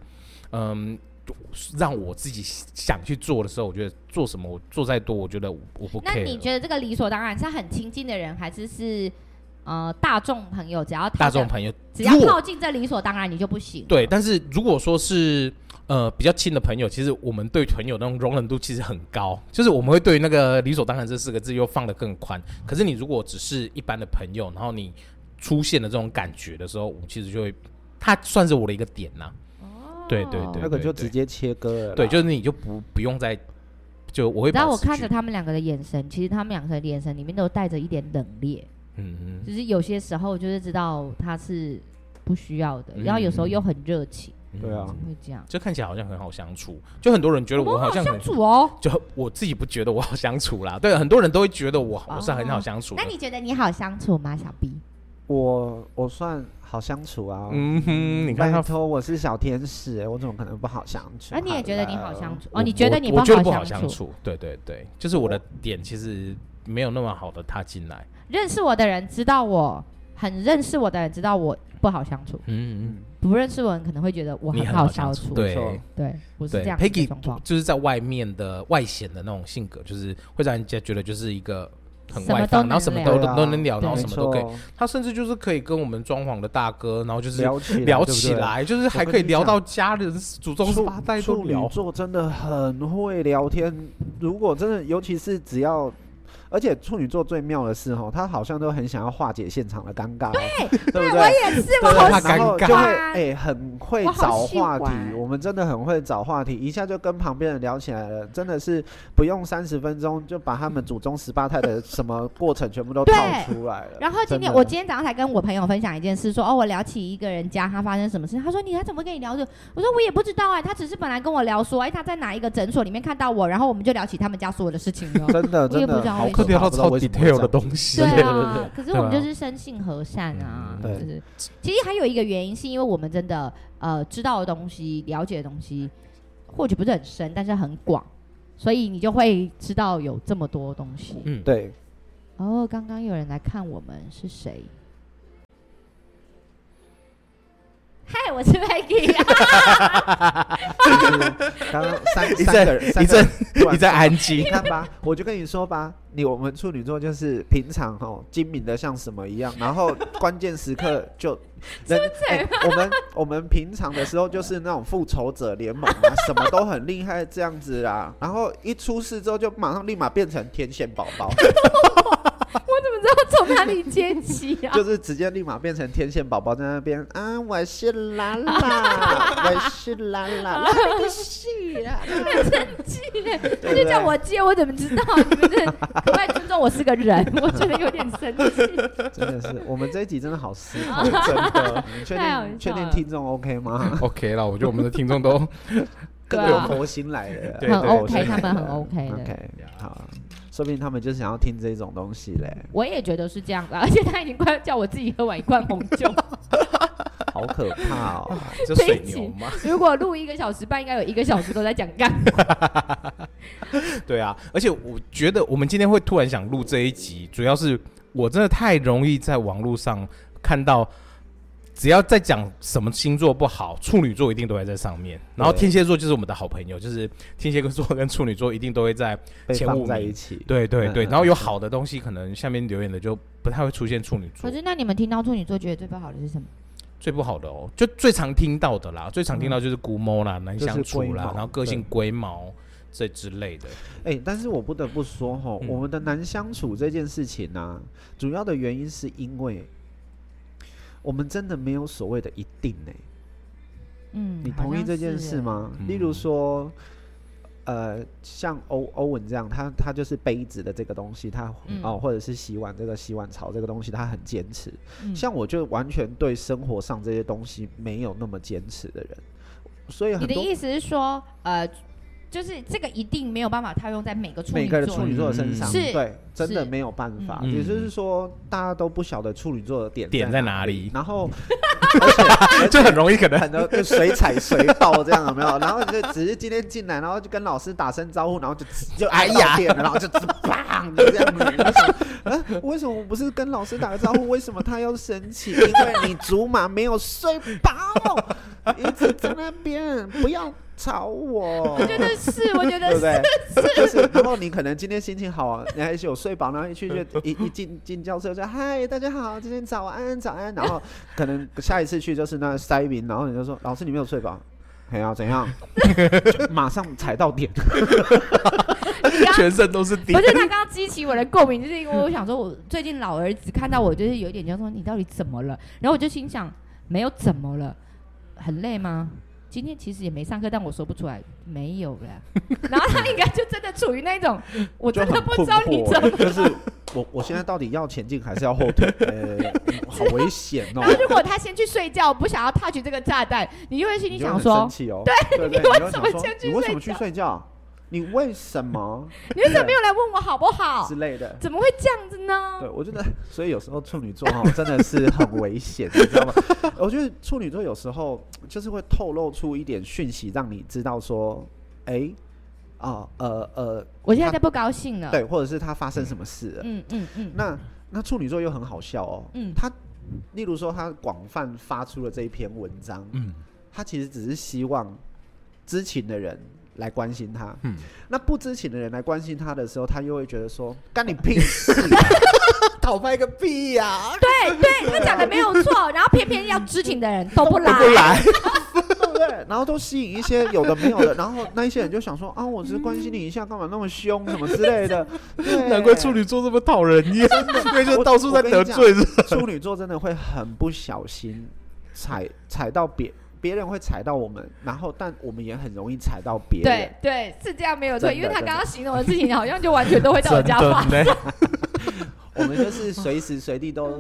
B: 嗯，让我自己想去做的时候，我觉得做什么我做再多，我觉得我我不
A: 那
B: care。
A: 你觉得这个理所当然是很亲近的人，还是是呃大众朋友？只要他
B: 大
A: 的
B: 众朋友，
A: 只要
B: 如果
A: 靠近这理所当然，你就不行。
B: 对，但是如果说是呃比较亲的朋友，其实我们对朋友那种容忍度其实很高，就是我们会对那个理所当然这四个字又放得更宽。可是你如果只是一般的朋友，然后你出现了这种感觉的时候，我其实就会，它算是我的一个点呐、对对对
A: 哦
C: 那个就直接切割了啦。
B: 对，就是你就不不用再，就我会
A: 然
B: 保
A: 后我
B: 持
A: 看
B: 距
A: 着他们两个的眼神，其实他们两个的眼神里面都带着一点冷冽。
B: 嗯嗯
A: 就是有些时候就是知道他是不需要的，
B: 嗯
A: 然后有时候又很热情，
B: 嗯
C: 对啊
A: 怎，么会这样？
B: 就看起来好像很好相处，就很多人觉得我好像很
A: 相。处哦。
B: 就我自己不觉得我好相处啦，对，很多人都会觉得我我是很好
A: 哦
B: 相处的
A: 那，你觉得你好相处吗，小 B？
C: 我我算好相处啊。
B: 嗯哼，你看
C: 拜
B: 他
C: 托，我是小天使、欸我怎么可能不好相处？
A: 啊
C: 啊
A: 而你也觉得你好
C: 处。
A: 相处
B: 我
A: 哦？你觉得
B: 我
A: 你
B: 我觉得不
A: 好
B: 相？处？对对对，就是我的点其实没有那么好的踏进来。
A: 认识我的人知道我，很认识我的人知道我不好相处，
B: 嗯，
A: 不认识我的人可能会觉嗯得我
B: 你
A: 很
B: 好
A: 相处。
C: 没错
B: 对
A: 对，不是
B: 对
A: 这样子的
B: ，Peggy
A: 状况，
B: 就是在外面的外显的那种性格，就是会让人家觉得就是一个很
A: 什么
B: 外
A: 都
B: 放，
A: 能
B: 然后什么
A: 聊
B: 都
C: 对啊
B: 都能聊，然后
C: 没
B: 什么都可以。
C: 错
B: 他甚至就是可以跟我们装潢的大哥，然后就是
C: 聊起
B: 聊
C: 对不
B: 起
C: 对
B: 来，就是还
C: 我跟
B: 可以
C: 你
B: 聊
C: 讲
B: 到家人、祖宗十
C: 处
B: 八代都
C: 处女
B: 聊。
C: 座真的很会聊天，如果真的，尤其是只要。而且处女座最妙的是哈，他好像都很想要化解现场的尴尬，哦 *laughs* 对不对？
A: 我也是，我
B: 对
A: 好
B: 他
A: 喜
B: 尴
C: 然后
B: 尬
C: 就会
A: 欢
C: 哎、很会
A: 我好
C: 找
A: 喜
C: 话题
A: 欢，
C: 我们真的很会找话题，一下就跟旁边人聊起来了，真的是不用三十分钟就把他们祖宗十八代的什么过程全部都套
A: 对
C: 出来了。
A: 然后今
C: 真
A: 天
C: 的
A: 我今天早上才跟我朋友分享一件事，说哦，我聊起一个人家他发生什么事，他说你他怎么跟你聊的？我说我也不知道啊，他只是本来跟我聊说，哎，他在哪一个诊所里面看到我，然后我们就聊起他们家所有的事情
C: *laughs*
A: 了。
C: 真的
A: 我也
C: 真
A: 不
C: 的
A: 知道
C: 好
A: 为
C: 可
A: 什
B: 会
A: 么
B: 聊到
C: 怕不知道
B: 超
C: 为什么会
B: detail
C: 这
B: 的
C: 样
B: 东西，
A: 对
B: 对
A: 啊，可是我们
B: 对
A: 就
B: 啊
A: 是生性和善啊，
C: 对
A: 就是其实还有一个原因是因为我们真的呃知道的东西、了解的东西，或许不是很深，但是很广，所以你就会知道有这么多东西。
B: 嗯，
C: 对，啊
A: 哦，刚刚有人来看我们是谁？嗨，我是 *laughs* Peggy 啊，
C: 就是刚刚 *laughs*
B: *laughs*
C: 三
B: 一
C: 三个
B: 阵
C: 人，三
B: 一
C: 个人
B: 阵
C: 突然
B: 你在安静
C: 你。 *laughs* 看吧，我就跟你说吧，你我们处女座就是平常哦精明的像什么一样，然后关键时刻
A: *laughs*
C: 就人、哎我们我们平常的时候就是那种复仇者联盟啊，什么都很厉害这样子啦，然后一出事之后就马上立马变成天线宝宝，
A: 我怎么知道从哪里接起啊？ *laughs*
C: 就是直接立马变成天线宝宝在那边啊，我是
A: *laughs*
C: 拉拉，我是拉
A: 啊
C: 拉，拉你个屁啦！
A: 气耶他就叫我接，我怎么知道？你们 *laughs* 这可不可以尊重我是个人？我觉得有点生气。
C: 真的是，我们这一集真的好失控，真的，你确
A: 啊太好笑
C: 定确定
A: 了
C: 听众 OK 吗？
B: OK 了，我觉得我们的听众
C: *laughs*
B: 都
A: 对
C: 更
A: 啊
C: 有佛心来的，
B: 对
A: 很
B: 对
A: OK，
B: 对
A: 他们很 OK 的。
C: OK，好，说不定他们就是想要听这种东西嘞，
A: *laughs* 我也觉得是这样的，而且他已经快要叫我自己喝完一罐红酒。
C: 好可怕哦！
B: 就
A: 这一
B: 水牛
A: 集
C: *laughs*
B: 嘛，
A: 如果录一个小时半，应该有一个小时都在讲干。
B: 对啊。而且我觉得我们今天会突然想录这一集，主要是我真的太容易在网络上看到，只要在讲什么星座不好，处女座一定都会在上面，然后
C: 对
B: 天蝎座就是我们的好朋友，就是天蝎座跟 *laughs* 处女座一定都会在
C: 被
B: 前五
C: 放
B: 名
C: 在一起，
B: 对对
C: 嗯
B: 对，
C: 嗯
B: 然后有好的东西，可能下面留言的就不太会出现处女座
A: 可。是那你们听到处女座觉得最不好的是什么？
B: 最不好的哦，就最常听到的啦，最常听到就是古猫啦、难啊相处
C: 嗯就是龟
B: 啦，
C: 毛
B: 然后个性龟毛这之类的。
C: 哎，但是我不得不说吼，
B: 嗯
C: 我们的难相处这件事情呢，主要的原因是因为我们真的没有所谓的一定呢。
A: 嗯，
C: 你
A: 好
C: 同意
A: 像
C: 这件
A: 是
C: 事
A: 欸？
C: 吗？
B: 嗯
C: 例如说，呃，像欧欧文这样，他他就是杯子的这个东西，他、
A: 嗯
C: 哦，或者是洗碗这个洗碗槽这个东西，他很坚持。
A: 嗯
C: 像我就完全对生活上这些东西没有那么坚持的人，所以
A: 你
C: 很
A: 的
C: 多
A: 意思是说，呃，就是这个一定没有办法套用在每个处
C: 每
A: 女
C: 个
A: 座
C: 人处女座的身上，
A: 嗯是
C: 对，真的
A: 是
C: 没有办法。
B: 嗯
C: 也就是说，大家都不晓得处女座的点
B: 点在
C: 在
B: 哪里
C: 里，然后 *laughs* 而且
B: 就很容易可能
C: 很多就随踩随到这样有没有？然后你就只是今天进来，然后就跟老师打声招呼，然后就就
B: 哎
C: 哎
B: 呀
C: 呀，然后就砰就这样子。然后想
B: *laughs*
C: 啊，为什么我不是跟老师打个招呼？为什么他要生气？因为你竹马没有睡饱，一直在那边，不要吵我。
A: 我觉得是，我觉
C: 对
A: 得
C: 不
A: 是。
C: 对？
A: *laughs*
C: 就是，然后你可能今天心情好，啊你还有睡饱，然后一去
A: *laughs*
C: 就一一进进教室就嗨，大家好，今天早安早安，然后可能下一次去就是那塞宾，然后你就说老师你没有睡饱。哎呀，怎样？ *laughs* 就马上踩到点，
A: 刚
B: 全身都是
A: 不
B: 点。
A: 是他刚刚激起我的共鸣，就是因为我想说，我最近老儿子看到我就是有一点就说你到底怎么了？然后我就心想，没有怎么了，很累吗？今天其实也没上课，但我说不出来，没有
C: *laughs*
A: 了。然后他应该就真的处于那种，我
C: 就
A: 真
C: 很
A: 的不知道你
C: 困
A: 怎么。
C: 惑就是我，我现在到底要前进还是要后
A: *laughs*
C: 退？呃，好危险哦
A: 然！后 *laughs* 如果他先去睡觉，不想要 touch 这个炸弹，你就会心里
C: 你就
A: 想
C: 很
A: 说
C: 生，气哦，对对对，你
A: 为
C: 就
A: 什
C: 想
A: 么
C: 说
A: 先去
C: 你为什
A: 睡
C: 么去
A: 觉
C: 睡觉？你为什么
A: *laughs* 你为什么没有来问我好不好
C: 之？类的。
A: 怎么会这样子呢？
C: 对，我觉得，所以有时候处女座哈真的是很危险，你知道吗？我觉得处女座有时候就是会透露出一点讯息，让你知道说，哎、啊，呃呃，
A: 我现在在不高兴了。
C: 对，或者是他发生什么事了。
A: 嗯嗯嗯
C: 那那处女座又很好笑哦，
A: 嗯
C: 他例如说他广泛发出了这一篇文章，
B: 嗯，
C: 他其实只是希望知情的人来关心他。
B: 嗯
C: 那不知情的人来关心他的时候，他又会觉得说干你屁事、啊，讨拍个屁呀、
A: 对对，他讲的没有
C: *laughs*
A: 错，然后偏偏要知情的人都不来，
C: 不来，对不对？然后都吸引一些有的没有的，然后那一些人就想说啊，我只是关心你一下，干嘛那么凶什么之类的。
B: *laughs* *laughs*
C: 对
B: 难怪处女座这么讨人厌，因为就到处在得罪人。
C: *laughs* 处女座真的会很不小心踩踩到别别人会踩到我们，然后但我们也很容易踩到别人
A: 对。对，是这样没有错，
C: 真的
A: 因为他刚刚形容的事情，好像就完全都会在我
C: *laughs*
A: 家发生。
B: 呢，
C: 我们就是随时随
A: *laughs*
C: 地都，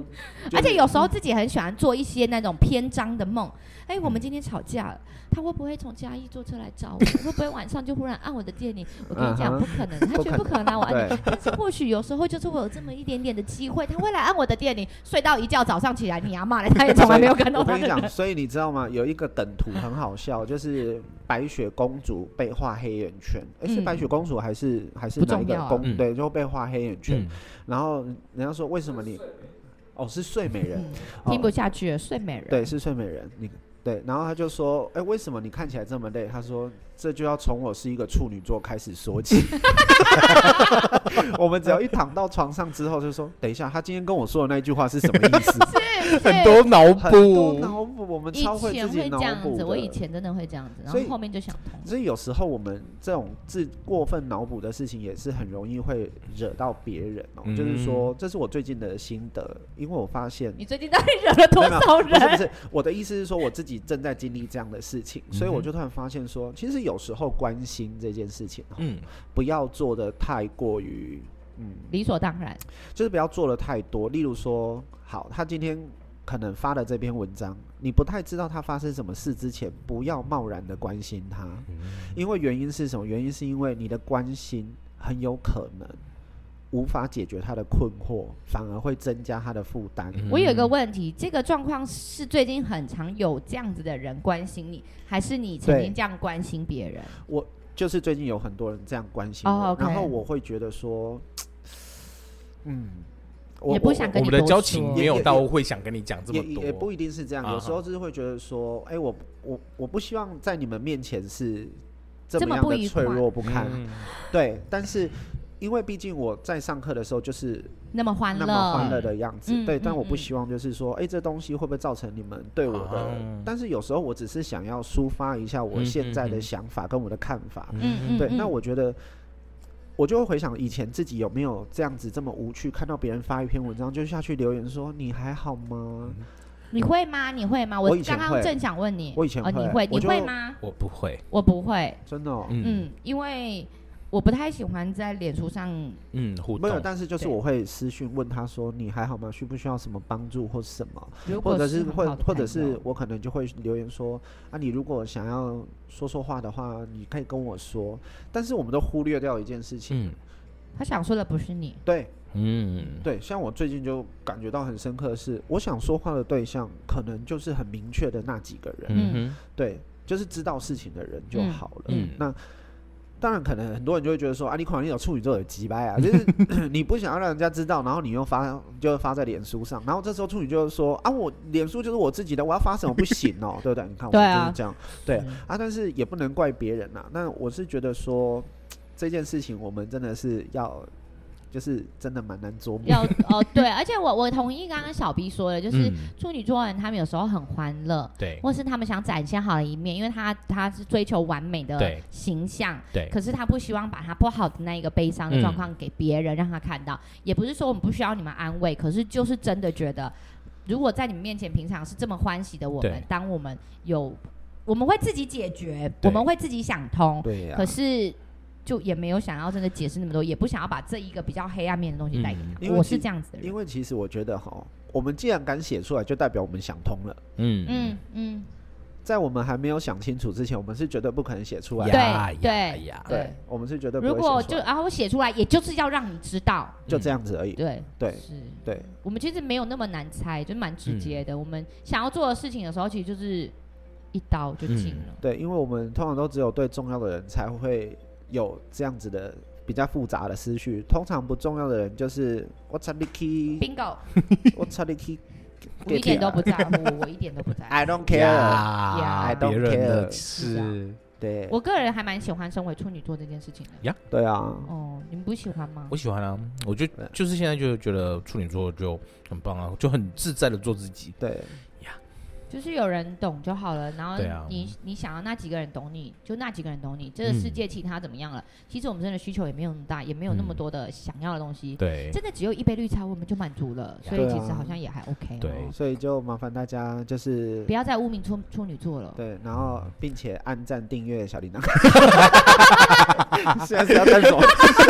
C: 就是
A: 而且有时候自己很喜欢做一些那种篇章的
C: *laughs*
A: 梦。哎、我们今天吵架了，他会不会从嘉义坐车来找我？会不会晚上就忽然按我的电铃？我跟你讲，
C: 嗯哼
A: 不可能，他绝对不
C: 不
A: 可能啊按我按
C: 对
A: 你。但是 *laughs* 或许有时候就是会有这么一点点的机会，他会来按我的电铃。睡到一觉，早上起来你阿骂了，他也从来没有看到
C: 我
A: 他
C: 跟你
A: *laughs* 的人。
C: 讲，所以你知道吗？有一个梗图很好笑，就是白雪公主被画黑眼圈，哎、是
A: 嗯
C: 白雪公主还是还是
A: 不
C: 哪一
A: 重
C: 个
A: 要啊
C: 公？
B: 嗯
C: 对，就被画黑眼圈。
B: 嗯，
C: 然后人家说为什么你？哦，是睡美人，哦
A: 听不下去了，睡美人。
C: 对，是睡美人。你对，然后他就说，哎、为什么你看起来这么累？他说，这就要从我是一个处女座开始说 *laughs* 起。我们只要一躺到床上之后，就说，等一下，他今天跟我说的那句话是什么意思？
A: 是，是
B: *laughs* 很多脑
C: *laughs* 很多
B: 补，
C: 脑补，我们
A: 以
C: 超会
A: 前
C: 自
A: 会
C: 己脑
A: 这样
C: 补
A: 子，
C: 的。嗯
A: 我以前真的会这样子，然后
C: 所以
A: 后面就想通。
C: 所以有时候我们这种自过分脑补的事情，也是很容易会惹到别人哦。
B: 嗯
C: 就是说，这是我最近的心得，因为我发现
A: 你最近到底惹了多少
C: 不是不
A: 人？
C: 是，我的意思是说，我自己正在经历这样的事情，所以我就突然发现说，其实有时候关心这件事情，嗯，
B: 嗯
C: 不要做的太过于，嗯，
A: *laughs* 理所当然，
C: 就是不要做的太多。例如说，好，他今天可能发了这篇文章，你不太知道他发生什么事之前，不要贸然的关心他，因为原因是什么？原因是因为你的关心很有可能。无法解决他的困惑，反而会增加他的负担。
A: 我有一个问题，这个状况是最近很常有这样子的人关心你，还是你曾经
C: 对
A: 这样关心别人？
C: 我就是最近有很多人这样关心我
A: 哦，OK
C: 然后我会觉得说，嗯，我
A: 也不想跟
B: 我
A: 你
B: 们的
A: 多
B: 交
A: 说
B: 情没有到会想跟你讲这么
C: 也也
B: 多
C: 不，一定是
A: 嗯
C: 这样，
B: 啊
C: 有时候就是会觉得说，哎、我我我不希望在你们面前是这
A: 这么
C: 么样
A: 不
C: 的
A: 愉
C: 脆
A: 快
C: 弱不堪，
B: 嗯
C: 对，但是。因为毕竟我在上课的时候就是
A: 那么欢
C: 那
A: 乐，
C: 么欢乐的样子，
A: 嗯
C: 对，
A: 嗯
C: 但我不
A: 嗯
C: 希望就是说，哎、这东西会不会造成你们对我的？
B: 啊
C: 但是有时候我只是想要抒发一下我
B: 嗯
C: 现在
B: 嗯
C: 的
B: 嗯
C: 想法跟我的看法，
A: 嗯嗯，
C: 对，
A: 嗯
C: 那我觉得我就会回想以前自己有没有这样子这么无趣，看到别人发一篇文章就下去留言说你还好吗？
B: 嗯
A: 你会吗？你会吗？
C: 我以
A: 刚
C: 前
A: 刚
C: 会
A: 正想问你，
C: 我以前
A: 哦，你
C: 会
A: 会，
C: 我
A: 你
C: 就
A: 会吗？
B: 我不会，
A: 我不会，
C: 真的、哦，
B: 嗯
A: 嗯，因为我不太喜欢在脸书上，
B: 嗯，互
C: 没有，
B: 动，
C: 但是就是
A: 对
C: 我会私讯问他说你还好吗？需不需要什么帮助或什么？
A: 如
C: 或
A: 果
C: 者是
A: 很
C: 或
A: 好的
C: 或者
A: 朋友
C: 是我可能就会留言说啊，你如果想要说说话的话，你可以跟我说。但是我们都忽略掉一件事情，
B: 嗯
A: 他想说的不是你，
C: 对
B: 嗯，
C: 对，像我最近就感觉到很深刻的是，我想说话的对象可能就是很明确的那几个人。
B: 嗯哼
C: 对，就是知道事情的人就
A: 嗯
C: 好了。
B: 嗯
C: 那当然，可能很多人就会觉得说啊，你可能有处女座有鸡掰啊，就是 *coughs* 你不想要让人家知道，然后你又发，就会发在脸书上，然后这时候处女就会说啊，我脸书就是我自己的，我要发什么不行哦， *laughs* 对不对？你看我
A: 对
C: 们就
A: 啊
C: 是这样，对啊，但是也不能怪别人呐、啊那我是觉得说这件事情，我们真的是要，就是真的蛮难捉
A: *laughs*
C: 摸。
A: 要哦对，而且我我同意刚刚小 B 说的，就是
B: 嗯
A: 处女座人他们有时候很欢乐，
B: 对
A: 或是他们想展现好的一面，因为他他是追求完美的
B: 对
A: 形象，
B: 对，
A: 可是他不希望把他不好的那一个悲伤的状况给别人让他看到，也不是说我们不需要你们安慰，可是就是真的觉得，如果在你们面前平常是这么欢喜的我们
B: 对，
A: 当我们有我们会自己解决，
B: 对
A: 我们会自己想通，
C: 对呀、
A: 可是。就也没有想要真的解释那么多，也不想要把这一个比较黑暗面的东西带给
B: 嗯
A: 他。
C: 因为
A: 我
C: 其
A: 是这样子的人
C: 因，为其实我觉得哈，我们既然敢写出来，就代表我们想通了。
B: 嗯
A: 嗯嗯，
C: 在我们还没有想清楚之前，我们是绝对不可能写出来的。
A: 对
B: 呀
A: 对
B: 呀呀，
A: 对
C: 对，我们是绝对不会
A: 如
C: 写
A: 果
C: 出
A: 就
C: 来
A: 然后写出来，也就是要让你知道，
C: 就这样子而已。
A: 对
C: 对
A: 是，
C: 对，
A: 我们其实没有那么难猜，就蛮直接
B: 嗯
A: 的。我们想要做的事情的时候，其实就是一刀就进了。
C: 对，因为我们通常都只有对重要的人才会有这样子的比较复杂的思绪，通常不重要的人就是我操你
B: 嗯
C: 去，
A: Bingo，
C: 我操你去，
A: 我 *laughs* 一
B: 啊
A: 点都不在
B: *laughs*
A: 乎，我一点都不在乎。
B: 哎
C: I don't care。
A: Yeah. I
B: 别
C: don't
B: 人的
C: care 啊
B: 事，
C: 对，
A: 我个人还蛮喜欢身为处女座这件事情的。
C: 对啊，
A: 哦，你们不喜欢吗
B: 我？喜欢啊，我就
C: 对
B: 就是现在就觉得处女座就很棒啊，就很自在的做自己。
C: 对
A: 就是有人懂就好了，然后
B: 对啊
A: 你、你想要那几个人懂你，就那几个人懂你。这个世界其他怎么样了？其实我们真的需求也没有那么大，也没有那么
B: 嗯
A: 多的想要的东西。
B: 对
A: 真的只有一杯绿茶，我们就满足了，所以
C: 对啊
A: 其实好像也还 OK、哦。
B: 对
C: 所以就麻烦大家就是
A: 不要再污名处处女座了。
C: 对，然后并且按赞订阅小铃铛。 *laughs* 现在是要干什么？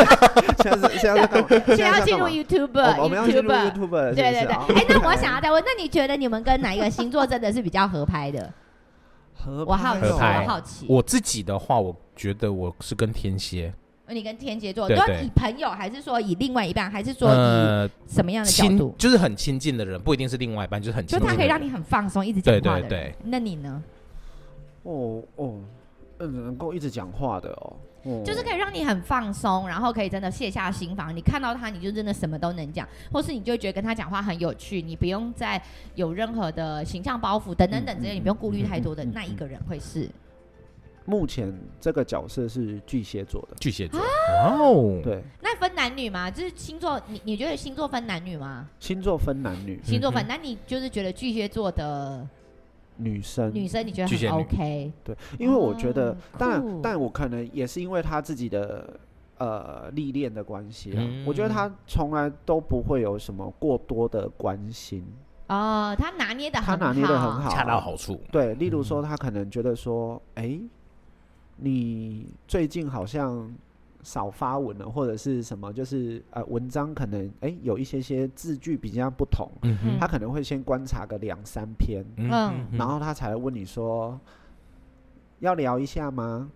C: *laughs* 现在是现在是干嘛？
A: 现在要进入
C: 现
A: YouTube，
C: 在是要干嘛我我们要进入
A: YouTuber
C: YouTube，了是不是
A: 对对对，
C: 啊
A: 哎，那我想要再问，那你觉得你们跟哪一个星座真的是比较合拍的？
C: 合
A: 我好奇，
C: 拍哦
B: 合拍
A: 我好奇，
B: 我自己的话，我觉得我是跟天蝎，
A: 你跟天蝎座，
B: 对
A: 都要
B: 对
A: 以朋友，还是说以另外一半，还是说以
B: 呃，
A: 什么样的角
B: 亲
A: 度？
B: 就是很亲近的人，不一定是另外一半，就是很亲
A: 就
B: 近的
A: 他
B: 人。
A: 可以让你很放松，一直讲话的人。
B: 对对对
A: 那你呢？
C: 哦哦，嗯，能够一直讲话的哦，哦
A: 就是可以让你很放松，然后可以真的卸下心防。你看到他，你就真的什么都能讲，或是你就会觉得跟他讲话很有趣，你不用再有任何的形象包袱等等等之类，你不用顾虑太多的那一个人会是。
C: 目前这个角色是巨蟹座的，
B: 巨
A: 啊
B: 蟹座，哇哦，
C: 对，
A: 那分男女吗？就是星座，你你觉得星座分男女吗？
C: 星座分男女，
A: 星座分，那你就是觉得巨蟹座的
C: 女生，
A: 女生你觉得
B: 巨蟹
A: 很
B: 女
A: OK？
C: 对，因为我觉得
A: 哦，
C: 当
A: 酷
C: 然，但我可能也是因为他自己的呃历练的关系啊，我觉得
B: 嗯
C: 他从来都不会有什么过多的关心，
A: 哦，他拿捏的
C: 他拿捏的很好，啊
B: 恰到好嗯处。
C: 对，例如说，他可能觉得说，哎、你最近好像少发文了，或者是什么，就是呃，文章可能哎、诶有一些些字句比较不同，
B: 嗯哼
A: 嗯
C: 他可能会先观察个两三篇，
B: 嗯
A: 嗯
B: 哼
C: 然后他才问你说要聊一下吗？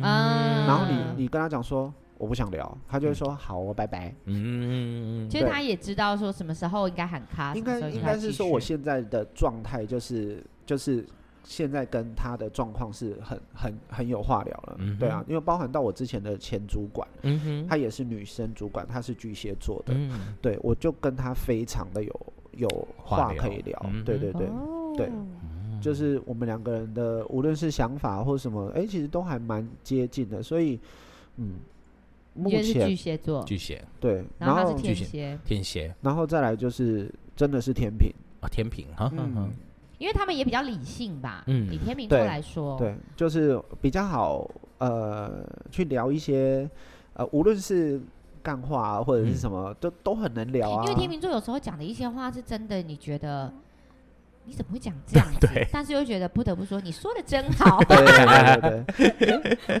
A: 嗯
C: 然后
A: 嗯
C: 你你跟他讲说我不想聊，他就会说、好，我拜拜。
B: 嗯
A: 其实他也知道说什么时候应该喊卡，什
C: 应
A: 么
C: 该
A: 时候
C: 应
A: 要
C: 该是
A: 继
C: 说
A: 续
C: 我现在的状态就是就是现在跟他的状况是很很很有话聊了，
B: 嗯哼
C: 对啊，因为包含到我之前的前主管，
B: 嗯哼，
C: 她也是女生主管，她是巨蟹座的，
B: 嗯
C: 对我就跟她非常的有有
B: 话
C: 话
B: 聊
C: 可以聊，
B: 嗯哼
C: 对对对。
A: 哦
C: 对就是我们两个人的无论是想法或什么，哎、其实都还蛮接近的，所以，嗯，目
A: 你觉得是巨
C: 前
A: 蟹座，
B: 巨蟹、
C: 对，
A: 然后他是
C: 后
A: 天
B: 巨
A: 蝎，
B: 天蝎
C: 然后再来就是真的是天平，
B: 啊，天平，哈哈哈
C: 嗯，，
A: 因为他们也比较理性吧。
B: 嗯
A: 以天秤座
C: 对
A: 来说，
C: 对，就是比较好呃，去聊一些呃，无论是干话啊，或者是
B: 嗯？
C: 什么，都都很能聊啊。
A: 因为天秤座有时候讲的一些话是真的，你觉得你怎么会讲这样子
C: *laughs*
B: 对
A: 但是又觉得不得不说，你说的真好。
C: 对对对 对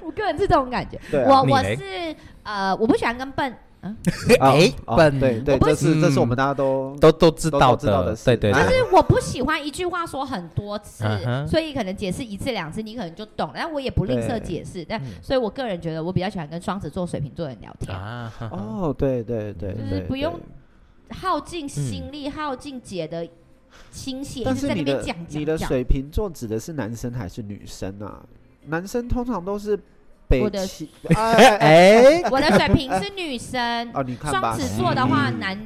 B: *laughs*
A: 我个人是这种感觉。
C: 对啊，
A: 我
B: 你
A: 我
B: 嘞
A: 是呃，我不喜欢跟笨，
C: 啊
B: 哎
C: 啊
B: 笨
C: 对对，
A: 我不
C: 这是这是我
B: 嗯
C: 们大家都
B: 都都知
C: 都
B: 道
C: 都知道的事
B: 对对，
A: 就
B: 对
A: 是我不喜欢一句话说很多次
B: 嗯，哼
A: 所以可能解释一次两次你可能就懂，但我也不吝啬
C: 对
A: 解释。但
B: 嗯
A: 所以我个人觉得我比较喜欢跟双子座、水瓶座的人聊天。
B: 啊，哈哈
C: 哦，对对对，
A: 就是
C: 对
A: 不用。耗尽
B: 嗯
A: 心力、耗尽姐的心血，
C: 对
A: 一
C: 但
A: 直
C: 是
A: 在那
C: 你
A: 边
C: 的
A: 讲讲
C: 你的
A: 讲
C: 水瓶座指的是男生还是女生啊？男生通常都是北
A: 我的
C: 齐，哎哎，哎
A: 我的水瓶是女
C: *laughs*
A: 生，
C: 哦，你看吧
A: 双，子座的话，
C: 嗯
A: 男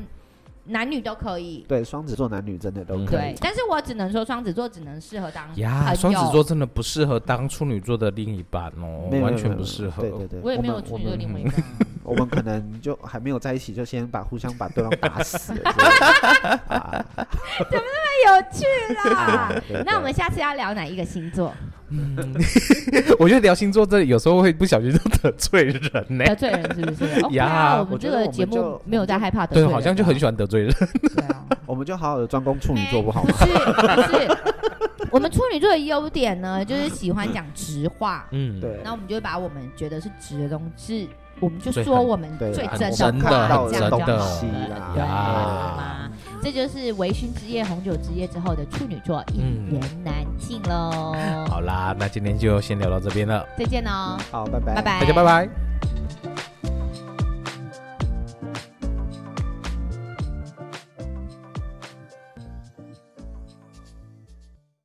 A: 男女都可以。
C: 对双子座男女真的都
B: 嗯
C: 可
A: 对
C: 以，，
A: 但是我只能说双子座只能适合当朋
B: 呀，
A: 友
B: 双子座，真的不适合当处女座的另一半哦
C: 没有，没有
B: 完全
C: 没有
B: 不适合
C: 对。对对，
A: 我也没有
C: 们
A: 处
C: 我
A: 女座
C: 们
A: 另
B: *laughs*
A: 外一半啊。
C: 我们可能就还没有在一起，就先把互相把对方打
B: *laughs*
C: 死了之类的。啊
A: 太有趣 *laughs* 啦
C: 对对！
A: 那我们下次要聊哪一个星座
B: 我觉得聊星座这里有时候会不小心就得罪人呢。
A: 得罪人是不是？OK
B: 呀
A: 啊，我们这个节
C: 我觉得我
A: 目
C: 们就
A: 没有在害怕得罪
B: 对，
A: 人啊，
B: 好像就很喜欢得罪人。
A: 对啊。
C: 我们就好好的专攻处女座不好
A: 不
C: 吗？
A: 是不是，我们处女座的优点呢，就是喜欢讲直话。
B: 嗯，
C: 对
A: 哎那我们就会把我们觉得是直的东西，我们就
B: 最
A: 说
B: 狠
A: 我们
C: 对
A: 最
C: 啊
A: 真
B: 我们
A: 的
B: 看
A: 话，
B: 到
A: 这样
B: 的
A: 就好
B: 东
A: 了
C: 西啦
A: 对
B: 呀
A: 嘛这就是微醺之夜、红酒之夜之后的处女座一
B: 嗯
A: 言难尽。性喽。
C: 好啦，那今天就先聊到这边了，
A: 再见哦，
B: 好，拜拜，
A: 哦拜拜，
C: 哎大家拜拜。